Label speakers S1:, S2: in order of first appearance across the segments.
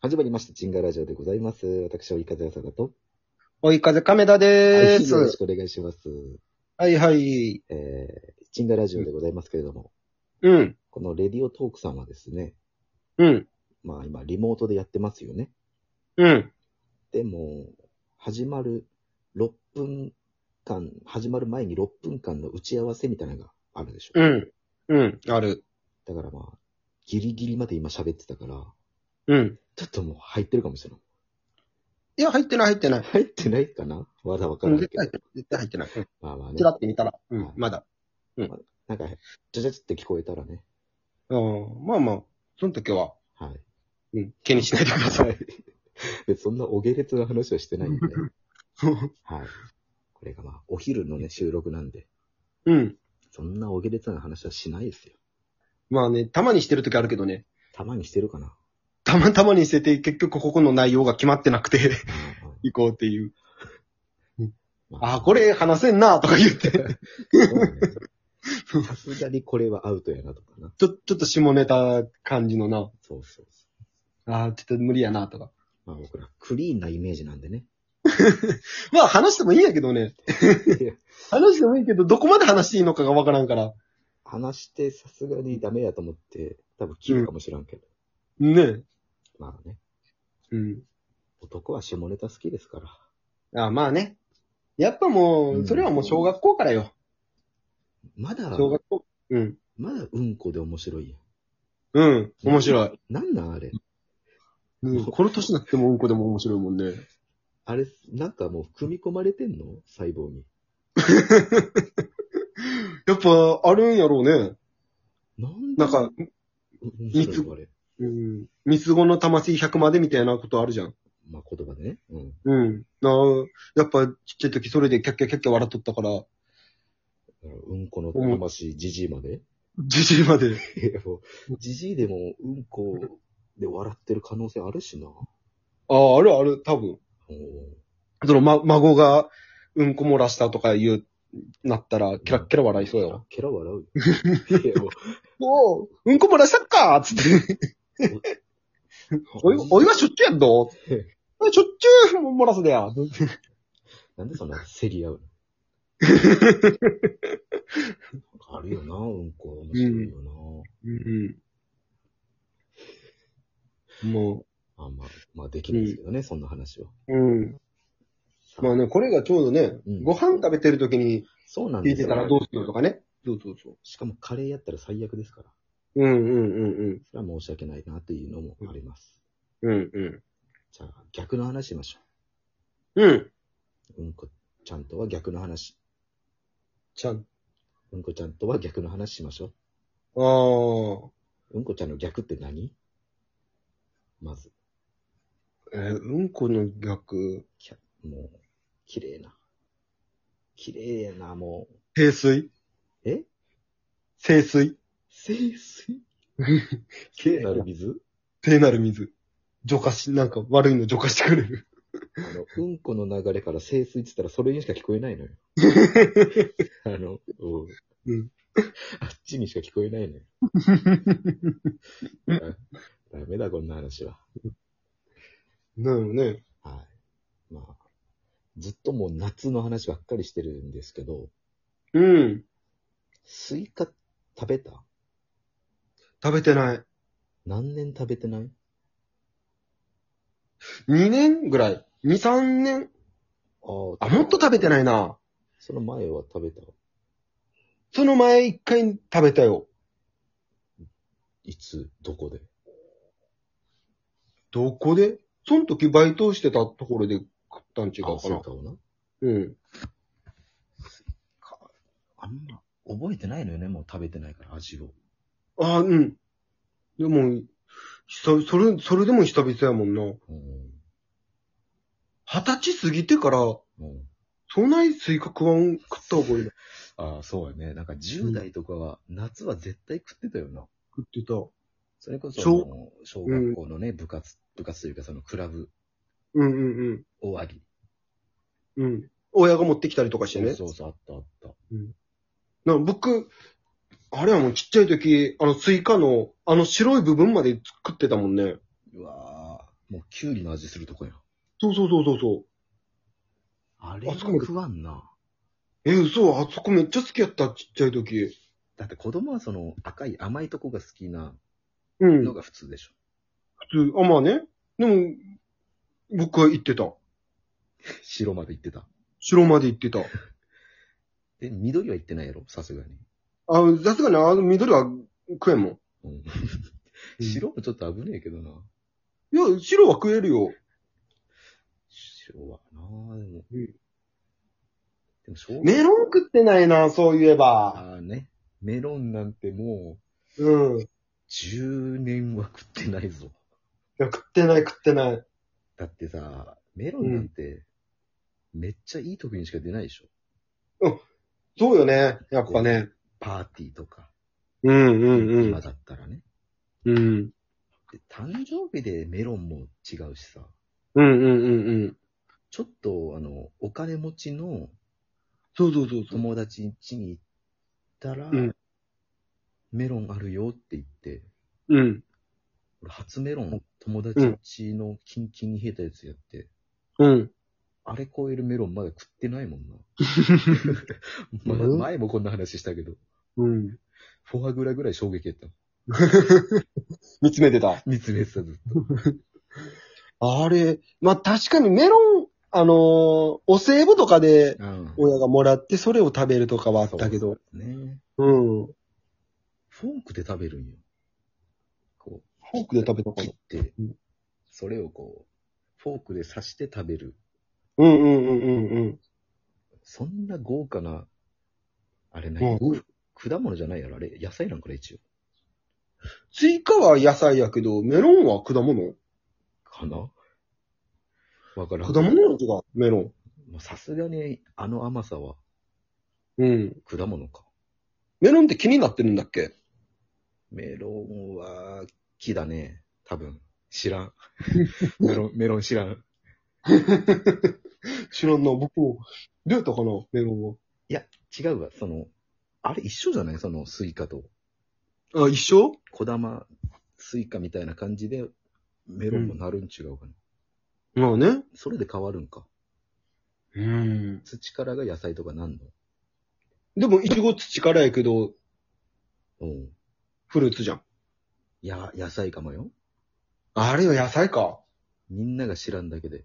S1: 始まりました、チンガラジオでございます。私、追い風浅田と。
S2: 追い風亀田
S1: は
S2: で
S1: い、
S2: す。
S1: よろしくお願いします。
S2: はいはい。
S1: えー、チンガラジオでございますけれども、
S2: うん。
S1: このレディオトークさんはですね、
S2: うん。
S1: まあ今、リモートでやってますよね。
S2: うん。
S1: でも、始まる6分間、始まる前に6分間の打ち合わせみたいなのがあるでしょ。
S2: うん。うん。ある。
S1: だからまあ、ギリギリまで今喋ってたから、
S2: うん。
S1: ちょっともう入ってるかもしれない。
S2: いや、入ってない入ってない。
S1: 入ってないかなまだわか
S2: う
S1: ら
S2: ん
S1: ない
S2: 絶
S1: けど
S2: 対。絶対入ってない。うん
S1: まあまあね
S2: ちら。って見たら。うん。まだ。
S1: なんか、ちゃちゃちゃって聞こえたらね。
S2: うん。まあまあ、その時は、
S1: はい。
S2: うん。気にしないでくださ。
S1: はいい。別にそんなお下劣な話はしてない んで、ね、はい。これがまあ、お昼のね、収録なんで、
S2: うん。
S1: そんなお下劣な話はしないですよ。
S2: まあね、たまにしてる時あるけどね。
S1: たまにしてるかな。
S2: たまたまにしてて、結局ここの内容が決まってなくて、
S1: うんうん
S2: 行こうっていう。
S1: ま
S2: あ、これ話せんな、とか言って。
S1: そうねさすがにこれはアウトやなとかな。
S2: ちょ、ちょっと下ネタ感じのな。
S1: そうそうそ
S2: あーちょっと無理やな、とか。
S1: う。まあ僕ら、クリーンなイメージなんで ね。
S2: まあ話してもいいんやけどね。
S1: いや
S2: 話してもいいけど、どこまで話していいのかがわからんから。
S1: 話してさすがにダメやと思って、多分切るかもしらんけど。
S2: ねえ。
S1: まあね、
S2: うん。
S1: 男は下ネタ好きですから。
S2: あまあね。やっぱも
S1: うん
S2: う、それはもう小学校からよ。
S1: まだ、
S2: 小学校。うん。
S1: まだうんこで面白いやん。
S2: うん。面白い。
S1: なんなんあれ。
S2: うん、この年になってもうんこでも面白いもんね。
S1: あれ、なんかもう組み込まれてんの細胞に。
S2: やっぱ、あるんやろうね。
S1: なんで
S2: なん、か、
S1: うん面白いのあれ。
S2: うん。三つ子の魂100までみたいなことあるじゃん。
S1: まあ言葉でね。うん。
S2: うん。なあ、やっぱ、ちっちゃい時それでキャッキャキャッキャ笑っとったから、
S1: うんこの魂、じじいまで。
S2: じじいま
S1: い
S2: で。
S1: やもう、じじいでもうんこで笑ってる可能性あるしな。お
S2: ああ、あるある、多分。
S1: ー
S2: その、ま、孫が、うんこ漏らしたとか言う、なったら、キラッキラ笑いそうやわ。。
S1: ケラ笑う よ。いやもう
S2: おううんこ漏らしたっかーつって。おい、おいはしょっちゅうやんど。おいしょっちゅう漏らすでや。
S1: なんでそんな競り合うのあるよな、うんこ。面白いよな。
S2: うん。も
S1: あまあ、まあできないですけどね、そんな話は。
S2: う、うん。まあね、これがちょうどね、
S1: うん
S2: ご飯食べてる時に
S1: そうなん
S2: 聞
S1: です
S2: いて
S1: よ
S2: たらどうするとかね。そうそうそう。
S1: しかもカレーやったら最悪ですから。
S2: うんうんうん
S1: それは申し訳ないなというのもあります。
S2: うん。うんうん。
S1: じゃあ、逆の話しましょ
S2: うん。
S1: う。うんこちゃんとは逆の話。
S2: ちゃん。
S1: うんこちゃんとは逆の話しましょ
S2: ああ。
S1: う。うんこちゃんの逆って何まず、
S2: えーうんこの逆。
S1: きゃもう、綺麗な。綺麗やな、もう。
S2: 清水
S1: え
S2: 清水
S1: 清 水
S2: 綺
S1: 聖なる水
S2: 聖なる水。浄化し、なんか悪いの浄化してくれ る。
S1: あの、うんこの流れから清水って言ったらそれにしか聞こえないのよ。あの、う
S2: うん
S1: ん。 あっちにしか聞こえ ないのよ。ダメだ、こんな話は。
S2: なのね。
S1: はい。まあ、ずっともう夏の話ばっかりしてるんですけど、
S2: うん。
S1: スイカ食べた
S2: 食べてない。
S1: 何年食べてない
S2: 2年ぐらい。2、3年。
S1: ああ
S2: あ、もっと食べてないな。
S1: その前は食べた。
S2: その前一回食べたよ。
S1: いつ、どこで
S2: どこでその時バイトしてたところで食ったん違
S1: あ
S2: うか
S1: スイ
S2: な。
S1: カをな。
S2: うん。
S1: あんま、覚えてないのよね、もう食べてないから、味を。
S2: あ、うん。でも、久々それ、それでも久々やもんな。
S1: うん。
S2: 二十歳過ぎてから、
S1: うん
S2: そんなにスイカ食わん、食った覚えない。
S1: ああ、そうやね。なんか10代とかは、夏は絶対食ってたよな。
S2: 食ってた。
S1: それこそ、
S2: 小
S1: あの小学校のね、部活、部活というかそのクラブ、
S2: うんうん
S1: 終わり。
S2: うん。うん。親が持ってきたりとかしてね。
S1: そうそう、あったあった。
S2: な僕、あれはもうちっちゃい時、あのスイカの、あの白い部分まで食ってたもんね。
S1: うわもうキュウリの味するとこやん。
S2: そうそうそうそうそう。
S1: あれは
S2: あそこまで
S1: 食わんな。
S2: え、嘘、あそこめっちゃ好きやった、ちっちゃい時。
S1: だって子供はその赤い甘いとこが好きな
S2: うん。
S1: のが普通でしょ。
S2: 普通、あ、まあね。でも、僕は行ってた。
S1: 白まで行ってた。
S2: 城まで行ってた。
S1: え、緑は行ってないやろさすがに。
S2: あ、さすがにあの緑は食えんもん。
S1: うん、白もちょっと危ねえけどな。
S2: いや、白は食えるよ。
S1: 白はなでも。
S2: うん
S1: でも、しょう
S2: メロン食ってないな、そういえば。
S1: ああね。メロンなんてもう、
S2: うん。い
S1: 10年は食ってないぞ。
S2: や、食ってない食ってない。
S1: だってさ、メロンなんて、めっちゃいい時にしか出ないでしょ。
S2: そうよね。やっぱね。
S1: パーティーとか。
S2: うんうんう
S1: 今
S2: ん。
S1: だったらね。
S2: うん。
S1: で、誕生日でメロンも違うしさ。
S2: うんうんうんうん。
S1: ちょっと、あの、お金持ちの
S2: そうそうそうそう。
S1: 友達ん家に行ったら、
S2: うん
S1: メロンあるよって言って、
S2: うん。
S1: 俺初メロン、友達ん家のキンキンに冷えたやつやって、
S2: うん。
S1: あれ超えるメロンまだ食ってないも んな。 ま
S2: う
S1: あ、
S2: ん
S1: 前もこんな話したけど、
S2: うん。
S1: フォアグラぐらい衝撃やった。
S2: 見つめてた。
S1: 見つめてたずっと。
S2: あれ、まあ、確かにメロン、あのーお歳暮とかで
S1: うん
S2: 親がもらってそれを食べるとかはあったけど。
S1: ね。
S2: うん。
S1: フォークで食べるんよ。こ
S2: フォークで食べた
S1: う、
S2: か
S1: 切
S2: な。
S1: って
S2: うん、
S1: それをこう、フォークで刺して食べる。
S2: うんうんうんうんうん。
S1: そんな豪華な、あれな
S2: う
S1: い
S2: ん、
S1: く果物じゃないやろ、あれ。野菜なんかな、一応。
S2: スイカは野菜やけど、メロンは果物
S1: かなわからん。
S2: 果物の味がメロン。
S1: もうさすがに、あの甘さは
S2: うん。
S1: 果物か。
S2: メロンって気になってるんだっけ
S1: メロンは木だね。多分。知 らん。メロン、メロン知らん。
S2: 知らんな、僕も。どうやったかな、メロン
S1: いや、違うわ。その、あれ一緒じゃないそのスイカと。
S2: は。あ、一緒
S1: 小玉、スイカみたいな感じで、メロンもなるん違うかな。
S2: まあね。
S1: それで変わるんか。
S2: うん。
S1: 土からが野菜とかなんの
S2: でも、いちご土からやけど、
S1: うん。
S2: フルーツじゃん。
S1: いや、野菜かもよ。
S2: あれは野菜か。
S1: みんなが知らんだ けで。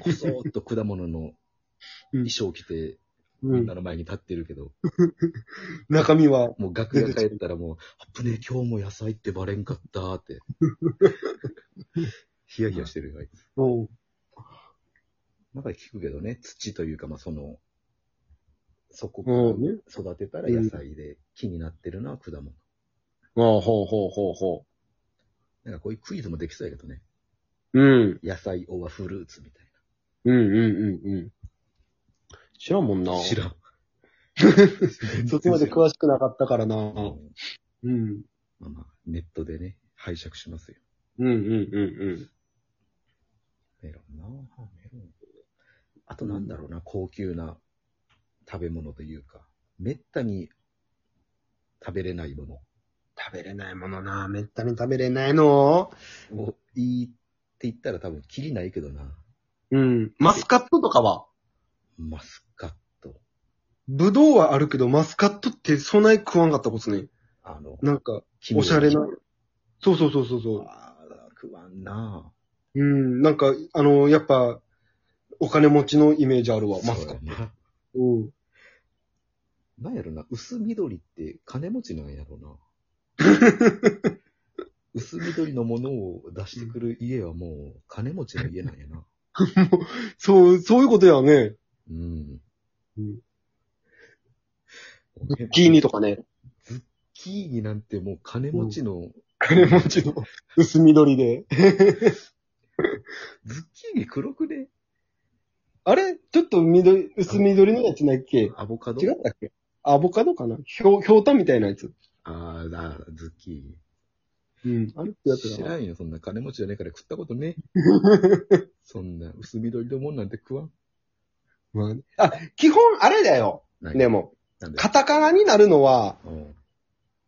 S1: こそーっと果物の衣装着て、
S2: う
S1: みん
S2: ん
S1: な。の前に立ってるけど、
S2: 中身は、
S1: もう楽屋帰ったらもう、あっぶねえ、今日も野菜ってバレんかったー って。ヒヤヒヤしてるよ、あいつ。
S2: うん。
S1: なんか聞くけどね、土というか、まあその、そこから
S2: うんね。
S1: 育てたら野菜で気になってるのは果物。
S2: ああ、ほうほうほうほ
S1: なんかこういうクイズもできそうやけどね。
S2: う。うん。
S1: 野菜、オアフルーツみたい
S2: うんうんうんうん。知らんもんな。
S1: な。知らん。
S2: そっちまで
S1: わ
S2: 詳しくなかったからな。
S1: ま
S2: うん。
S1: あまあ、ネットでね、拝借しますよ。
S2: うんうんうん
S1: メロンなメロン。あとなんだろうな、高級な食べ物というか、めったに食べれないも
S2: 食べれないものな。めったに食べれないの。
S1: のをいいって言ったら多分キリないけどな。
S2: うん。マスカットとかは
S1: マスカット。
S2: ブドウはあるけど、マスカットってそんなに食わんかったことね。
S1: あの、
S2: なんか、
S1: 黄身
S2: おしゃれな。そうそうそうそうそう。
S1: ああ、食わんな
S2: うん。なんか、あの、やっぱ、お金持ちのイメージあるわ、マスカッ
S1: そうやな。
S2: ト。うん。
S1: なんやろな、薄緑って金持ちなんやろ な。薄緑のものを出してくる家はもう金持ちの家なんやな。
S2: そう、そういうことやね。
S1: うん。
S2: うん
S1: もうね
S2: キーニとかね。
S1: キーニなんてもう金持ちの、
S2: 金持ちの薄緑で。
S1: ズッキーニ黒くね
S2: あれちょっと緑、薄緑のやつないっけ
S1: アボカド
S2: 違ったっけアボカドかなひょう、ひょうたんみたいなやつ。
S1: あーあー、ズッキーニ。
S2: うん。あれってやつ
S1: 知
S2: だな。
S1: らんよ、そんな金持ちじゃねえから食ったことね。 そんな薄緑のもんなんて食わん。
S2: まあねあ、基本あれだよ。
S1: ない
S2: でも、
S1: なんだよ
S2: カタカナになるのは、
S1: うん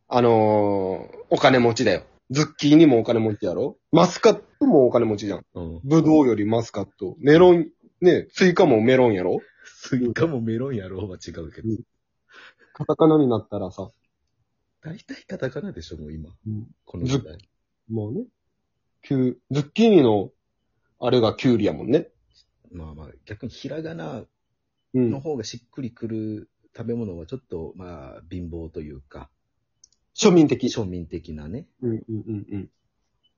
S2: あのーお金持ちだよ。ズッキーニもお金持ちやろマスカットもお金持ちじゃん。
S1: うん。
S2: ブドウよりマスカット。メロン、ね、スイカもメロンやろ
S1: スイカもメロンやろうは違うけど
S2: うん。カタカナになったらさ、
S1: 大体カタカナでしょ、もう今。この
S2: ず
S1: 時代。
S2: もうね、キュズッキーニの、あれがキュウリやもんね。
S1: まあまあ、逆にひらがな
S2: う
S1: の
S2: ん。
S1: 方がしっくりくる食べ物はちょっと、まあ、貧乏というか、
S2: 庶民的。
S1: 庶民的なね、
S2: うんうんうんうん。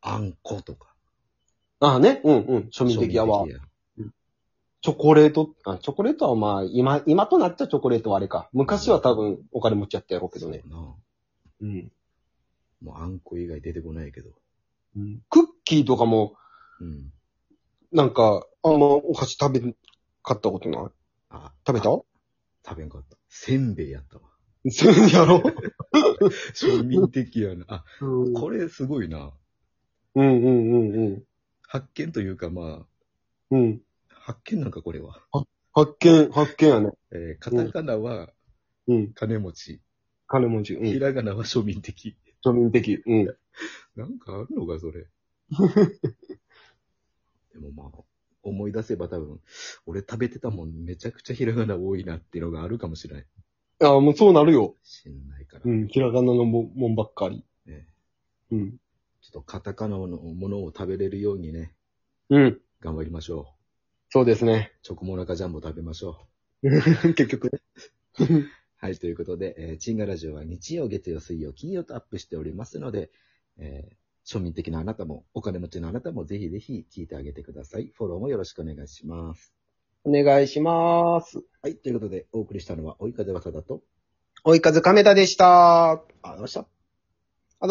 S1: あんことか。
S2: ああね、うんうん。庶民的やわ
S1: 庶。民的
S2: チョコレート、あ、チョコレートはまあ、今、今となっちゃチョコレートはあれか。昔は多分お金持っちゃったやろうけどね。
S1: そうだな。
S2: うん。
S1: もうあんこ以外出てこないけど。
S2: うんクッキーとかも、
S1: うん。
S2: なんか、あんまお菓子食べんかったことない
S1: あ、
S2: 食べた
S1: 食べんかった。せんべいやったわ。
S2: そうやろ
S1: 庶民的やな。あ、
S2: うん
S1: これすごいな。
S2: うんうんうん
S1: 発見というか、まあ、
S2: うん。うん。
S1: 発見なんかこれは。
S2: 発見、発見やね。
S1: えーカタカナは
S2: うん。
S1: 金持ち、
S2: 金持ち。う
S1: ひ
S2: ん。
S1: らがなは庶民的。
S2: 庶民的。うん。
S1: なんかあるのか、それ。 でもまあ、思い出せば多分、俺食べてたもんめちゃくちゃひらがな多いなっていうのがあるかもしれない。
S2: ああ、もうそうなるよ。
S1: しんないから。
S2: うん。ひらがなのももんばっかり。
S1: ね
S2: うん。
S1: ちょっとカタカナのものを食べれるようにね、
S2: うん。
S1: 頑張りましょ
S2: そうですね
S1: う。。チョコモナカジャンボ食べましょ
S2: 結局ね。
S1: う。はい、ということで、えーチンガラジオは日曜、月曜、水曜、金曜とアップしておりますので、えー庶民的なあなたも、お金持ちのあなたも、ぜひぜひ聞いてあげてください。フォローもよろしくお願いします。
S2: お願いします。
S1: はい、ということで、お送りしたのは、追い風わさだと、
S2: 追い風亀田でした。
S1: ありがとうございました。